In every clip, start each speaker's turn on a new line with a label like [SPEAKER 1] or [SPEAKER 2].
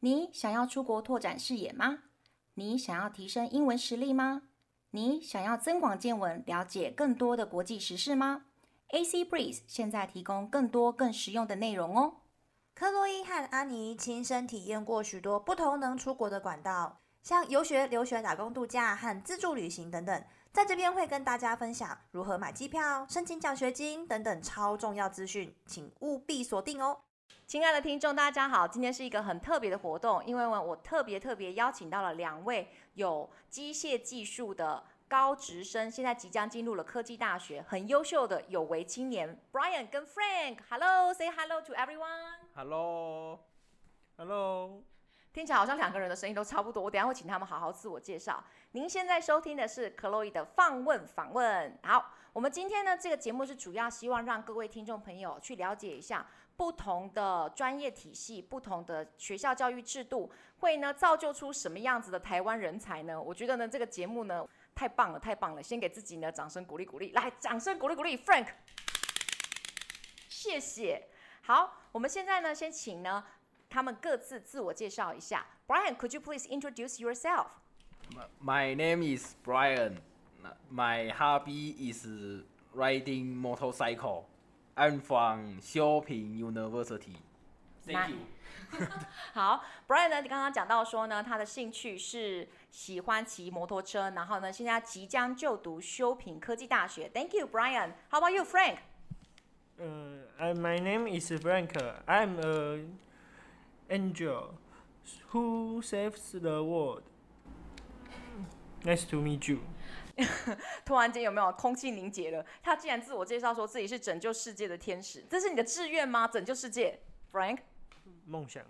[SPEAKER 1] 你想要出国拓展视野吗？你想要提升英文实力吗？你想要增广见闻，了解更多的国际时事吗？AC Breeze 现在提供更多更实用的内容哦。
[SPEAKER 2] 克洛伊和安妮亲身体验过许多不同能出国的管道，像游学、留学、打工、度假和自助旅行等等。在这边会跟大家分享如何买机票、申请奖学金等等超重要资讯，请务必锁定哦。
[SPEAKER 3] 亲爱的听众，大家好，今天是一个很特别的活动，因为我特别特别邀请到了两位有机械技术的高职生，现在即将进入了科技大学，很优秀的有为青年 Brian 跟 Frank。Hello，say hello to everyone。
[SPEAKER 4] Hello，Hello，
[SPEAKER 3] 听起来好像两个人的声音都差不多，我等一下会请他们好好自我介绍。您现在收听的是 Chloe 的放问访问。好，我们今天呢这个节目是主要希望让各位听众朋友去了解一下不同的专业体系、不同的学校教育制度，会呢造就出什么样子的台湾人才呢？我觉得呢这个节目呢太棒了，太棒了！先给自己呢掌声鼓励鼓励，来，掌声鼓励鼓励，Frank，谢谢。好，我们现在呢先请呢。他们各自自我介绍一下。Brian，could you please introduce yourself？
[SPEAKER 4] My name is Brian. My hobby is riding motorcycle. I'm from Xiaoping University.
[SPEAKER 3] Thank you. 好，Brian 呢，刚刚讲到说呢，他的兴趣是喜欢骑摩托车，然后呢，现在即将就读修平科技大学。Thank you, Brian. How about you, Frank?
[SPEAKER 5] Uh, I, my name is Frank. I'm a angel who saves the world. Nice to meet you.
[SPEAKER 3] 突然间有没有空气凝结了？他竟然自我介绍说自己是拯救世界的天使，这是你的志愿吗？拯救世界，Frank？
[SPEAKER 5] 梦想。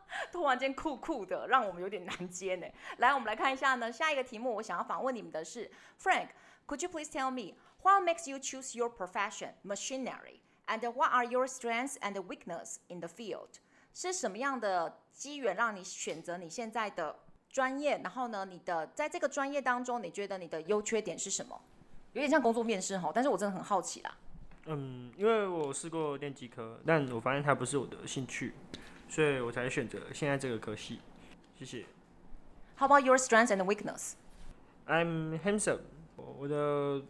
[SPEAKER 3] 突然间酷酷的，让我们有点难接呢。 来，我们来看一下呢，下一个题目，我想要访问你们的是 Frank，Could you please tell me what makes you choose your profession, machinery, and what are your strengths and weakness in the field？是什么样的机缘让你选择你现在的专业？然后呢，你的在这个专业当中，你觉得你的优缺点是什么？有点像工作面试哈，但是我真的很好奇啦。
[SPEAKER 5] 嗯，因为我试过电机科，但我发现它不是我的兴趣，所以我才选择现在这个科系。谢谢。
[SPEAKER 3] How about your strengths and weakness？
[SPEAKER 5] I'm handsome。我的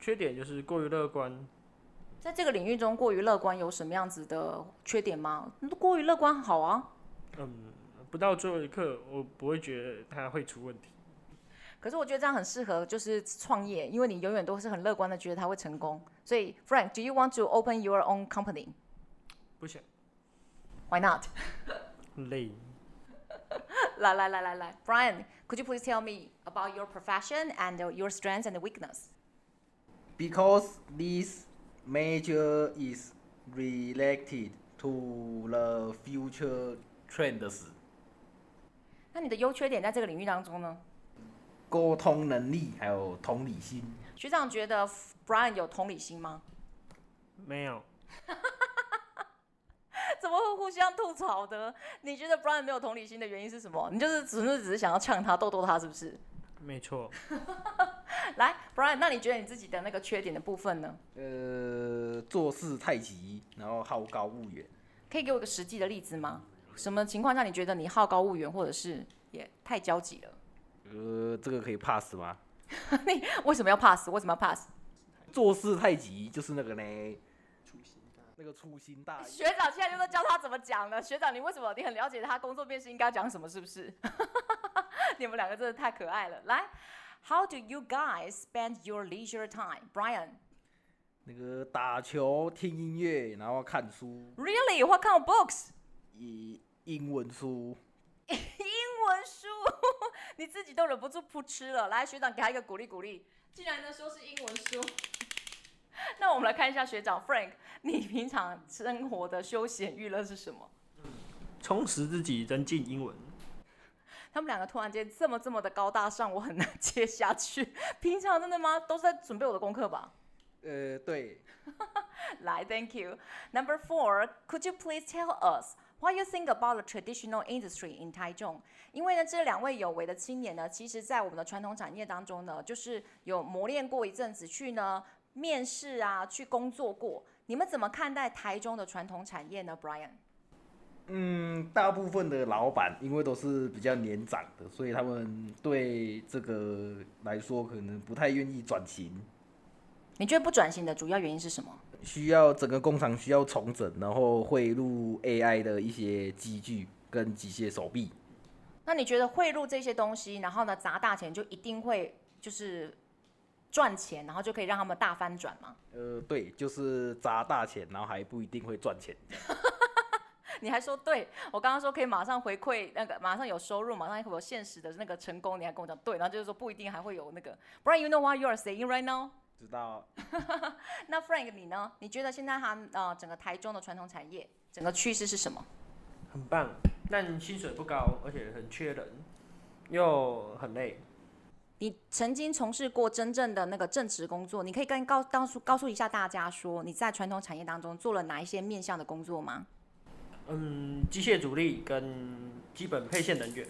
[SPEAKER 5] 缺点就是过于乐观。
[SPEAKER 3] 在这个领域中，过于乐观有什么样子的缺点吗？嗯过于乐观好啊，
[SPEAKER 5] 嗯，不到最后一刻，我不会觉得它会出问题。
[SPEAKER 3] 可是我觉得这样很适合就是创业，因为你永远都是很乐观的，觉得它会成功。所以，Frank，do you want to open your own company?
[SPEAKER 5] 不想，
[SPEAKER 3] Why not?
[SPEAKER 5] 很累。
[SPEAKER 3] 来来来来来，Brian，could you please tell me about your profession and your strengths and weakness?
[SPEAKER 4] Because this major is related to the future trends，
[SPEAKER 3] 那你的优缺点在这个领域当中呢？
[SPEAKER 4] 沟通能力还有同理心。
[SPEAKER 3] 学长觉得 Brian 有同理心吗？
[SPEAKER 5] 没有，
[SPEAKER 3] 怎么会互相吐槽的？你觉得 Brian 没有同理心的原因是什么？你就是纯粹只是想要呛他、逗逗他，是不是？
[SPEAKER 5] 没错。
[SPEAKER 3] 来，Brian，那你觉得你自己的那个缺点的部分呢？
[SPEAKER 4] 呃，做事太急，然后好高骛远。
[SPEAKER 3] 可以给我一个实际的例子吗？什么情况下你觉得你好高骛远，或者是也太焦急了？
[SPEAKER 4] 呃，这个可以 pass 吗？
[SPEAKER 3] 你为什么要 pass？为什么要 pass？
[SPEAKER 4] 做事太急就是那个呢，那个粗心大意。
[SPEAKER 3] 学长现在就在教他怎么讲了。学长，你为什么你很了解他工作面试应该讲什么，是不是？ 你们两个真的太可爱了。来，How do you guys spend your leisure time, Brian?
[SPEAKER 4] 那个打球、听音乐，然后看书，
[SPEAKER 3] Really? What kind of books?
[SPEAKER 4] 以英文书。
[SPEAKER 3] 英文书， 你自己都忍不住噗嗤了。来，学长给他一个鼓励鼓励。既然呢说是英文书， 那我们来看一下学长 Frank，你平常生活的休闲娱乐是什么？
[SPEAKER 5] 充实自己，增进英文。
[SPEAKER 3] 他们两个突然间这么这么的高大上，我很难接下去。 平常真的吗？都是在准备我的功课吧？
[SPEAKER 4] 呃，对，
[SPEAKER 3] 来，Thank you. Number four, could you please tell us what you think about the traditional industry in Taichung？因为呢，这两位有为的青年呢，其实在我们的传统产业当中呢，就是有磨练过一阵子，去呢面试啊，去工作过。你们怎么看待台中的传统产业呢，Brian？
[SPEAKER 4] 嗯，大部分的老板因为都是比较年长的，所以他们对这个来说可能不太愿意转型，
[SPEAKER 3] 你觉得不转型的主要原因是什么？
[SPEAKER 4] 需要整个工厂需要重整，然后汇入 AI 的一些机具跟机械手臂。
[SPEAKER 3] 那你觉得汇入这些东西，然后呢砸大钱就一定会就是赚钱，然后就可以让他们大翻转吗？
[SPEAKER 4] 呃，对，就是砸大钱，然后还不一定会赚钱。
[SPEAKER 3] 你还说对我刚刚说可以马上回馈那个，马上有收入，马上有现实的那个成功，你还跟我讲对，然后就是说不一定还会有那个。不然 you know what you are saying right now？
[SPEAKER 4] 知道
[SPEAKER 3] 那 Frank 你呢？你觉得现在他呃整个台中的传统产业整个趋势是什么？
[SPEAKER 5] 很棒，但薪水不高，而且很缺人，又很累。
[SPEAKER 3] 你曾经从事过真正的那个正职工作，你可以跟告告诉告诉一下大家说你在传统产业当中做了哪一些面向的工作吗？
[SPEAKER 5] 嗯，机械主力跟基本配线人员，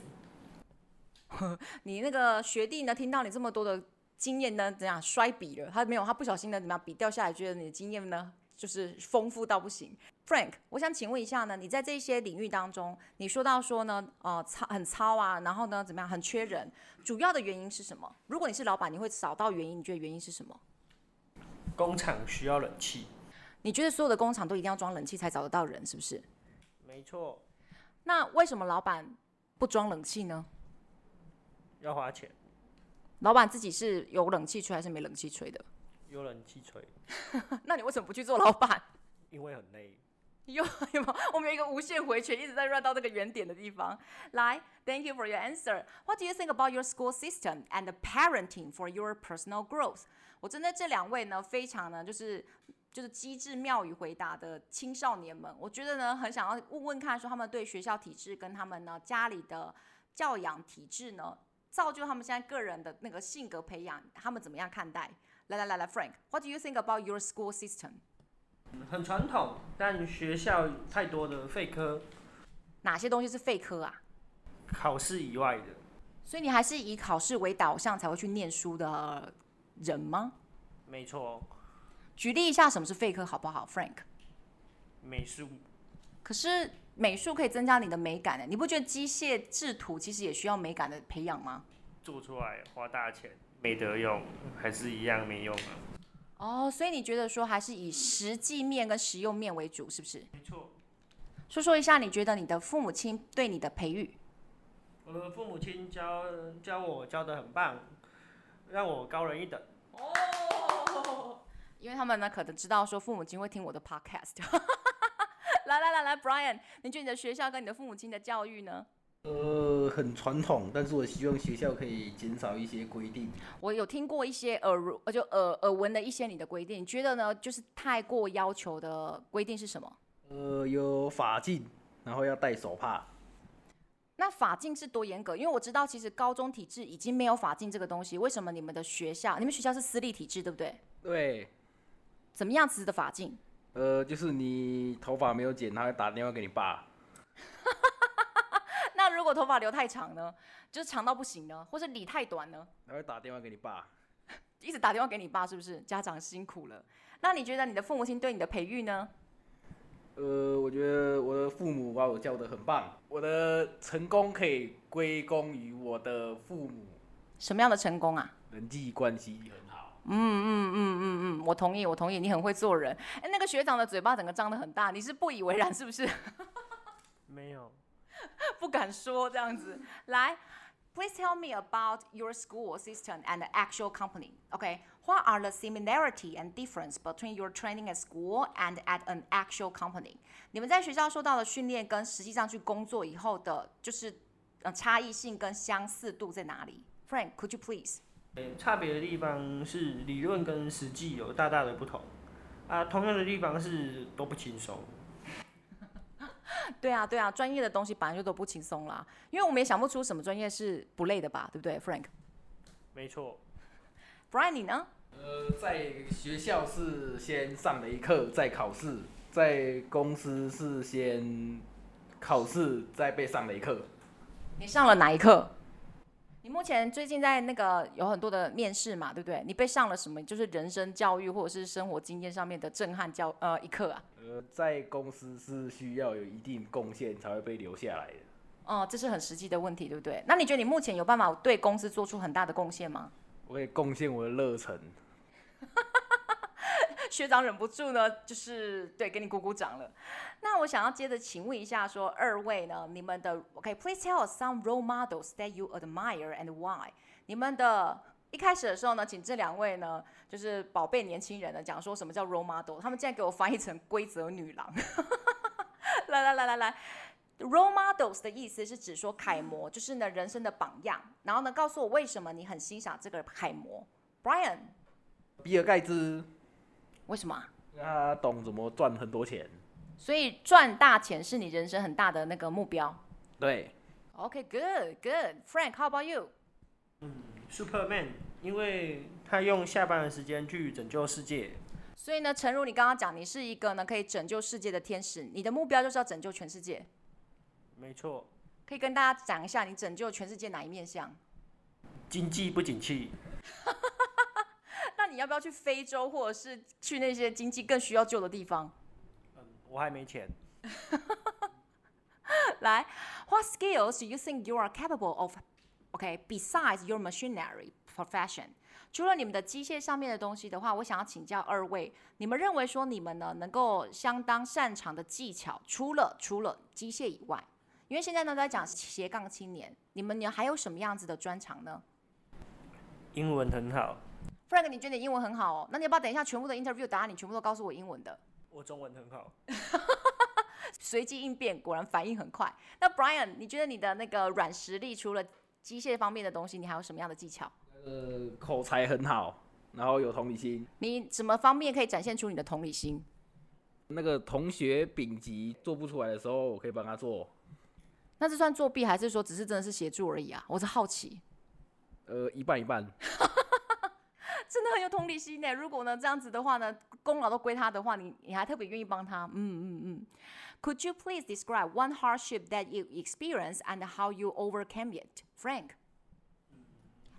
[SPEAKER 3] 你那个学弟呢，听到你这么多的经验呢，怎样摔笔了？他没有，他不小心呢，怎么样笔掉下来，觉得你的经验呢就是丰富到不行。Frank，我想请问一下呢，你在这些领域当中，你说到说呢，呃，糙很糙啊，然后呢怎么样，很缺人，主要的原因是什么？如果你是老板，你会找到原因，你觉得原因是什么？
[SPEAKER 5] 工厂需要冷气。
[SPEAKER 3] 你觉得所有的工厂都一定要装冷气才找得到人，是不是？
[SPEAKER 5] 没错，
[SPEAKER 3] 那为什么老板不装冷气呢？
[SPEAKER 5] 要花钱，
[SPEAKER 3] 老板自己是有冷气吹还是没冷气吹的？
[SPEAKER 5] 有冷气吹，
[SPEAKER 3] 那你为什么不去做老板？
[SPEAKER 5] 因为很累。
[SPEAKER 3] 有有没有？ 我们有一个无限回旋，一直在绕到这个原点的地方。来，Thank you for your answer. What do you think about your school system and the parenting for your personal growth？我针对这两位呢，非常呢，就是就是机智妙语回答的青少年们，我觉得呢，很想要问问看，说他们对学校体制跟他们呢家里的教养体制呢，造就他们现在个人的那个性格培养，他们怎么样看待？来来来来，Frank，What do you think about your school system？
[SPEAKER 5] 很传统，但学校太多的废科
[SPEAKER 3] 哪些东西是废科啊？
[SPEAKER 5] 考试以外的，
[SPEAKER 3] 所以你还是以考试为导向才会去念书的人吗？
[SPEAKER 5] 没错，
[SPEAKER 3] 举例一下什么是废科好不好，Frank？
[SPEAKER 5] 美术
[SPEAKER 3] 可是美术可以增加你的美感欸的，你不觉得机械制图其实也需要美感的培养吗？
[SPEAKER 5] 做出来花大钱，没得用，还是一样没用啊。
[SPEAKER 3] 哦，所以你觉得说还是以实际面跟实用面为主，是不是？
[SPEAKER 5] 没错，
[SPEAKER 3] 说说一下，你觉得你的父母亲对你的培育？
[SPEAKER 5] 我的父母亲教教我教的很棒，让我高人一等。
[SPEAKER 3] 因为他们呢可能知道说父母亲会听我的 podcast。来来来来，Brian，你觉得你的学校跟你的父母亲的教育呢？
[SPEAKER 4] 呃，很传统，但是我希望学校可以减少一些规定。
[SPEAKER 3] 我有听过一些耳濡，呃，就耳耳闻的一些你的规定，你觉得呢？就是太过要求的规定是什么？
[SPEAKER 4] 呃，有法镜，然后要戴手帕。
[SPEAKER 3] 那法禁是多严格？因为我知道，其实高中体制已经没有法禁这个东西，为什么你们的学校，你们学校是私立体制，对不对？
[SPEAKER 4] 对，
[SPEAKER 3] 怎么样子的法禁？
[SPEAKER 4] 呃，就是你头发没有剪，他会打电话给你爸。
[SPEAKER 3] 那如果头发留太长呢？就是长到不行呢，或是理太短呢？
[SPEAKER 4] 他会打电话给你爸。
[SPEAKER 3] 一直打电话给你爸，是不是？家长辛苦了。那你觉得你的父母亲对你的培育呢？
[SPEAKER 4] 呃，我觉得我的父母把我教得很棒，我的成功可以归功于我的父母，
[SPEAKER 3] 什么样的成功啊？
[SPEAKER 4] 人际关系很好。
[SPEAKER 3] 嗯嗯嗯，我同意，我同意，你很会做人。哎，那个学长的嘴巴整个张得很大，你是不以为然是不是？
[SPEAKER 5] 没有，
[SPEAKER 3] 不敢说这样子。来，Please tell me about your school system and the actual company. Okay, what are the similarity and difference between your training at school and at an actual company? 你们在学校受到的训练跟实际上去工作以后的，就是呃差异性跟相似度在哪里？Frank, could you please?
[SPEAKER 5] 诶差别的地方是理论跟实际有大大的不同。啊，同样的地方是都不轻松。
[SPEAKER 3] 对啊，对啊，专业的东西本来就都不轻松啦，因为我们也想不出什么专业是不累的吧，对不对，Frank？
[SPEAKER 5] 没错，
[SPEAKER 3] Brian，你呢？
[SPEAKER 4] 呃，在学校是先上了一课，再考试；在公司是先考试，再被上了一课。
[SPEAKER 3] 你上了哪一课？你目前最近在那个有很多的面试嘛，对不对？你被上了什么？就是人生教育或者是生活经验上面的震撼教呃一课啊？
[SPEAKER 4] 呃，在公司是需要有一定贡献才会被留下来的。
[SPEAKER 3] 哦、这是很实际的问题，对不对？那你觉得你目前有办法对公司做出很大的贡献吗？
[SPEAKER 4] 我也贡献我的热忱，
[SPEAKER 3] 学长忍不住呢，就是对，给你鼓鼓掌了。那我想要接着请问一下说，二位呢，你们的 OK，please、tell us some role models that you admire and why？你们的一开始的时候呢，请这两位呢，就是宝贝年轻人呢，讲说什么叫 role model，他们竟然给我翻译成规则女郎。 来来来来来。Role models 的意思是指说楷模，就是呢人生的榜样。然后呢，告诉我为什么你很欣赏这个楷模，Brian？
[SPEAKER 4] 比尔盖茨
[SPEAKER 3] 为什么啊？
[SPEAKER 4] 他懂怎么赚很多钱。
[SPEAKER 3] 所以赚大钱是你人生很大的那个目标。
[SPEAKER 4] 对，
[SPEAKER 3] OK, good, good. Frank, how about you?
[SPEAKER 5] Superman，因为他用下班的时间去拯救世界。
[SPEAKER 3] 所以呢，诚如你刚刚讲，你是一个呢可以拯救世界的天使，你的目标就是要拯救全世界。
[SPEAKER 5] 没错，
[SPEAKER 3] 可以跟大家讲一下你拯救全世界哪一面向？
[SPEAKER 5] 经济不景气，
[SPEAKER 3] 那你要不要去非洲，或者是去那些经济更需要救的地方？
[SPEAKER 5] 嗯，我还没钱。
[SPEAKER 3] 来，What skills do you think you are capable of? OK, besides your machinery profession，除了你们的机械上面的东西的话，我想要请教二位，你们认为说你们呢能够相当擅长的技巧，除了除了机械以外，因为现在呢都在讲斜杠青年，你们呢还有什么样子的专长呢
[SPEAKER 5] 英文很好，
[SPEAKER 3] ？Frank，你觉得你英文很好哦，那你要不要等一下全部的 interview 答案你全部都告诉我英文的？
[SPEAKER 5] 我中文很好，
[SPEAKER 3] 随机应变，果然反应很快。那 Brian，你觉得你的那个软实力，除了机械方面的东西，你还有什么样的技巧？
[SPEAKER 4] 呃，口才很好，然后有同理心。
[SPEAKER 3] 你什么方面可以展现出你的同理心？
[SPEAKER 4] 那个同学丙级做不出来的时候，我可以帮他做。
[SPEAKER 3] 那这算作弊，还是说只是真的是协助而已啊？我是好奇，
[SPEAKER 4] 呃，一半一半。
[SPEAKER 3] 真的很有同理心欸呢。如果呢这样子的话呢，功劳都归他的话，你你还特别愿意帮他，嗯嗯嗯。Could you please describe one hardship that you experienced and how you overcame it, Frank？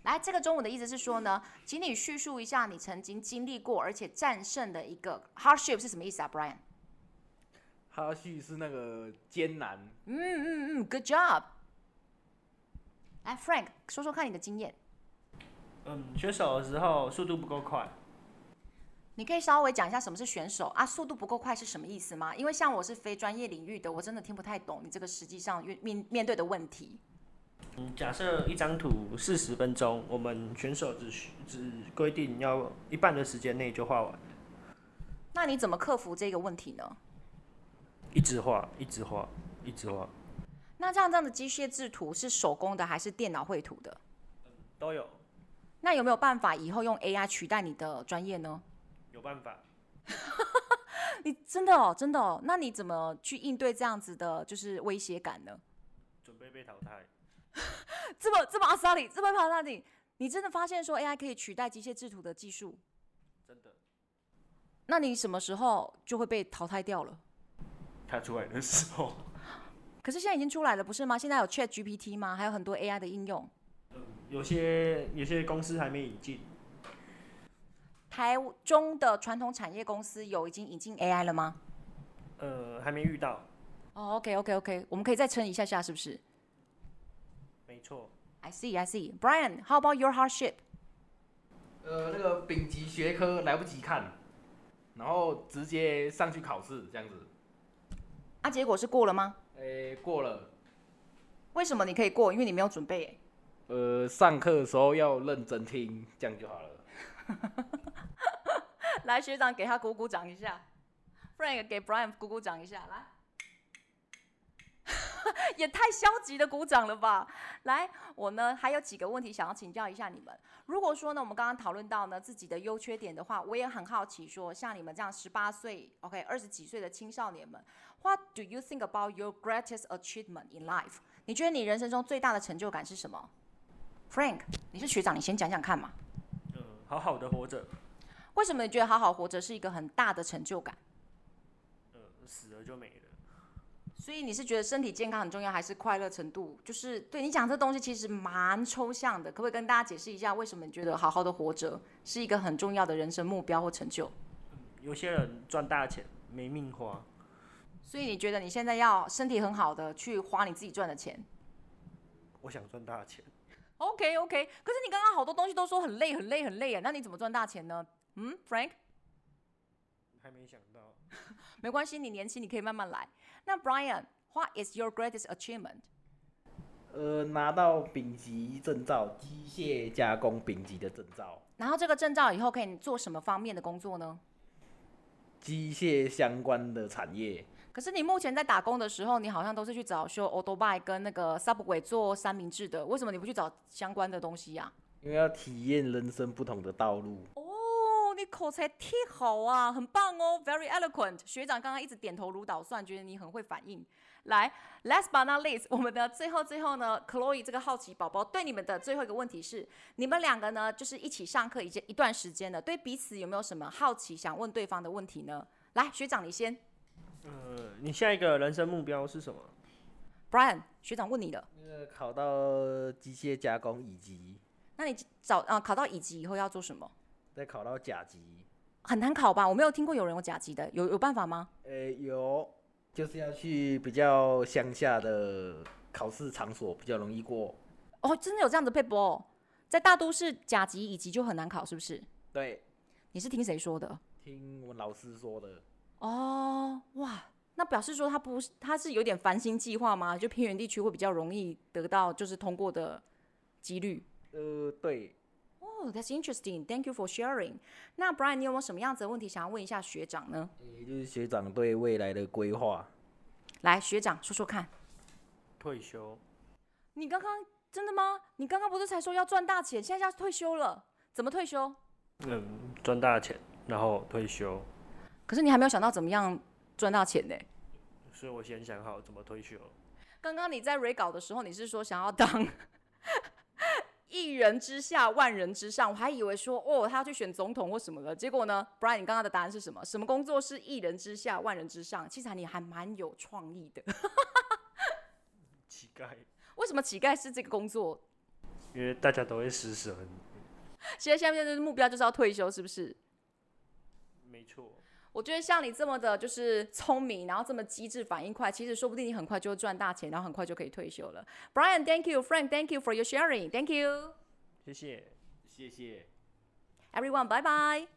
[SPEAKER 3] 来，这个中文的意思是说呢，请你叙述一下你曾经经历过而且战胜的一个 hardship 是什么意思啊，Brian？
[SPEAKER 4] 哈旭是那个艰难，
[SPEAKER 3] 嗯嗯嗯，Good job。来，Frank，说说看你的经验。
[SPEAKER 5] 嗯，选手的时候速度不够快，
[SPEAKER 3] 你可以稍微讲一下什么是选手啊？速度不够快是什么意思吗？因为像我是非专业领域的，我真的听不太懂你这个实际上面面面对的问题。
[SPEAKER 5] 嗯，假设一张图四十分钟，我们选手只需只规定要一半的时间内就画完，
[SPEAKER 3] 那你怎么克服这个问题呢？
[SPEAKER 5] 一直画，一直画，一直画，
[SPEAKER 3] 那这样这样的机械制图是手工的还是电脑绘图的？
[SPEAKER 5] 都有，
[SPEAKER 3] 那有没有办法以后用 AI 取代你的专业呢？
[SPEAKER 5] 有办法。
[SPEAKER 3] 你真的哦，真的哦，那你怎么去应对这样子的，就是威胁感呢？
[SPEAKER 5] 准备被淘汰，
[SPEAKER 3] 这么这么阿萨里，这么阿萨里，你真的发现说 AI 可以取代机械制图的技术，
[SPEAKER 5] 真的。
[SPEAKER 3] 那你什么时候就会被淘汰掉了？
[SPEAKER 5] 他出来的时候，
[SPEAKER 3] 可是现在已经出来了，不是吗？现在有 Chat GPT 吗？还有很多 AI 的应用。
[SPEAKER 5] 有些有些公司还没引进，
[SPEAKER 3] 台中的传统产业公司有已经引进 AI 了吗？
[SPEAKER 5] 呃，还没遇到。
[SPEAKER 3] 哦、o k OK OK，我们可以再撑一下下，是不是
[SPEAKER 5] 没错，
[SPEAKER 3] ？I see I see. Brian, how about your hardship?
[SPEAKER 4] 呃，那个丙级学科来不及看，然后直接上去考试这样子。
[SPEAKER 3] 啊，结果是过了吗？
[SPEAKER 4] 诶、过了。
[SPEAKER 3] 为什么你可以过？因为你没有准备耶。
[SPEAKER 4] 呃，上课的时候要认真听，这样就好了。
[SPEAKER 3] 来，学长给他鼓鼓掌一下，Frank 给 Brian 鼓鼓掌一下，来， 也太消极的鼓掌了吧！来，我呢还有几个问题想要请教一下你们。如果说呢，我们刚刚讨论到呢自己的优缺点的话，我也很好奇说，像你们这样十八岁，OK，二十几岁的青少年们，What do you think about your greatest achievement in life？你觉得你人生中最大的成就感是什么？Frank，你是学长，你先讲讲看嘛。
[SPEAKER 5] 嗯、好好的活着，
[SPEAKER 3] 为什么你觉得好好活着是一个很大的成就感？
[SPEAKER 5] 呃，死了就没了。
[SPEAKER 3] 所以你是觉得身体健康很重要，还是快乐程度？就是对你讲这东西其实蛮抽象的，可不可以跟大家解释一下，为什么你觉得好好的活着是一个很重要的人生目标或成就？
[SPEAKER 5] 有些人赚大钱没命花，
[SPEAKER 3] 所以你觉得你现在要身体很好的去花你自己赚的钱
[SPEAKER 5] 我想赚大钱。
[SPEAKER 3] ？OK OK，可是你刚刚好多东西都说很累很累很累啊，那你怎么赚大钱呢？嗯，Frank，
[SPEAKER 5] 还没想到，
[SPEAKER 3] 没关系，你年轻，你可以慢慢来。那 Brian，What is your greatest achievement？
[SPEAKER 4] 呃，拿到丙级证照，机械加工丙级的证照，
[SPEAKER 3] 然后这个证照以后可以做什么方面的工作呢？
[SPEAKER 4] 机械相关的产业，
[SPEAKER 3] 可是你目前在打工的时候，你好像都是去找修 auto b i 跟那个 subway 做三明治的，为什么你不去找相关的东西呀、
[SPEAKER 4] 因为要体验人生不同的道路。
[SPEAKER 3] 哦，你口才挺好啊，很棒哦，very eloquent。学长刚刚一直点头如捣蒜，觉得你很会反应。来，last but not least，我们的最后最后呢，Chloe 这个好奇宝宝对你们的最后一个问题是：你们两个呢，就是一起上课已经一段时间了，对彼此有没有什么好奇想问对方的问题呢？来，学长你先
[SPEAKER 5] 呃，你下一个人生目标是什么？
[SPEAKER 3] ，Brian，学长问你的。
[SPEAKER 4] 呃，考到机械加工乙级，
[SPEAKER 3] 那你找啊、呃考到乙级以后要做什么？
[SPEAKER 4] 再考到甲级，
[SPEAKER 3] 很难考吧？我没有听过有人有甲级的，有有办法吗？
[SPEAKER 4] 呃，有，就是要去比较乡下的考试场所，比较容易过。
[SPEAKER 3] 哦，真的有这样的配博、哦，在大都市甲级、乙级就很难考，是不是？
[SPEAKER 4] 对，
[SPEAKER 3] 你是听谁说的？
[SPEAKER 4] 听我们老师说的，
[SPEAKER 3] 哦，哇，那表示说他不是他是有点繁星计划吗？就偏远地区会比较容易得到就是通过的几率。
[SPEAKER 4] 呃，对，
[SPEAKER 3] 哦、t h a t s interesting. Thank you for sharing. 那 Brian，你有没有什么样子的问题想要问一下学长呢？
[SPEAKER 4] 也就是学长对未来的规划。
[SPEAKER 3] 来，学长说说看。
[SPEAKER 5] 退休。
[SPEAKER 3] 你刚刚真的吗？你刚刚不是才说要赚大钱，现在要退休了，怎么退休？
[SPEAKER 5] 嗯，赚大钱，然后退休。
[SPEAKER 3] 可是你还没有想到怎么样赚到钱呢、
[SPEAKER 5] 所以我先想好怎么退休。
[SPEAKER 3] 刚刚你在 re 稿的时候，你是说想要当 一人之下，万人之上，我还以为说哦，他要去选总统或什么的。结果呢，Brian，你刚刚的答案是什么？什么工作是一人之下，万人之上？其实你还蛮有创意的。
[SPEAKER 5] 乞丐，
[SPEAKER 3] 为什么乞丐是这个工作？
[SPEAKER 5] 因为大家都会施舍你。
[SPEAKER 3] 现在下面的目标就是要退休，是不是？
[SPEAKER 5] 没错，
[SPEAKER 3] 我觉得像你这么的，就是聪明，然后这么机智，反应快，其实说不定你很快就会赚大钱，然后很快就可以退休了。Brian，thank you，Frank，thank you for your sharing，thank you，everyone，
[SPEAKER 5] 谢谢。
[SPEAKER 4] 谢谢。
[SPEAKER 3] bye bye。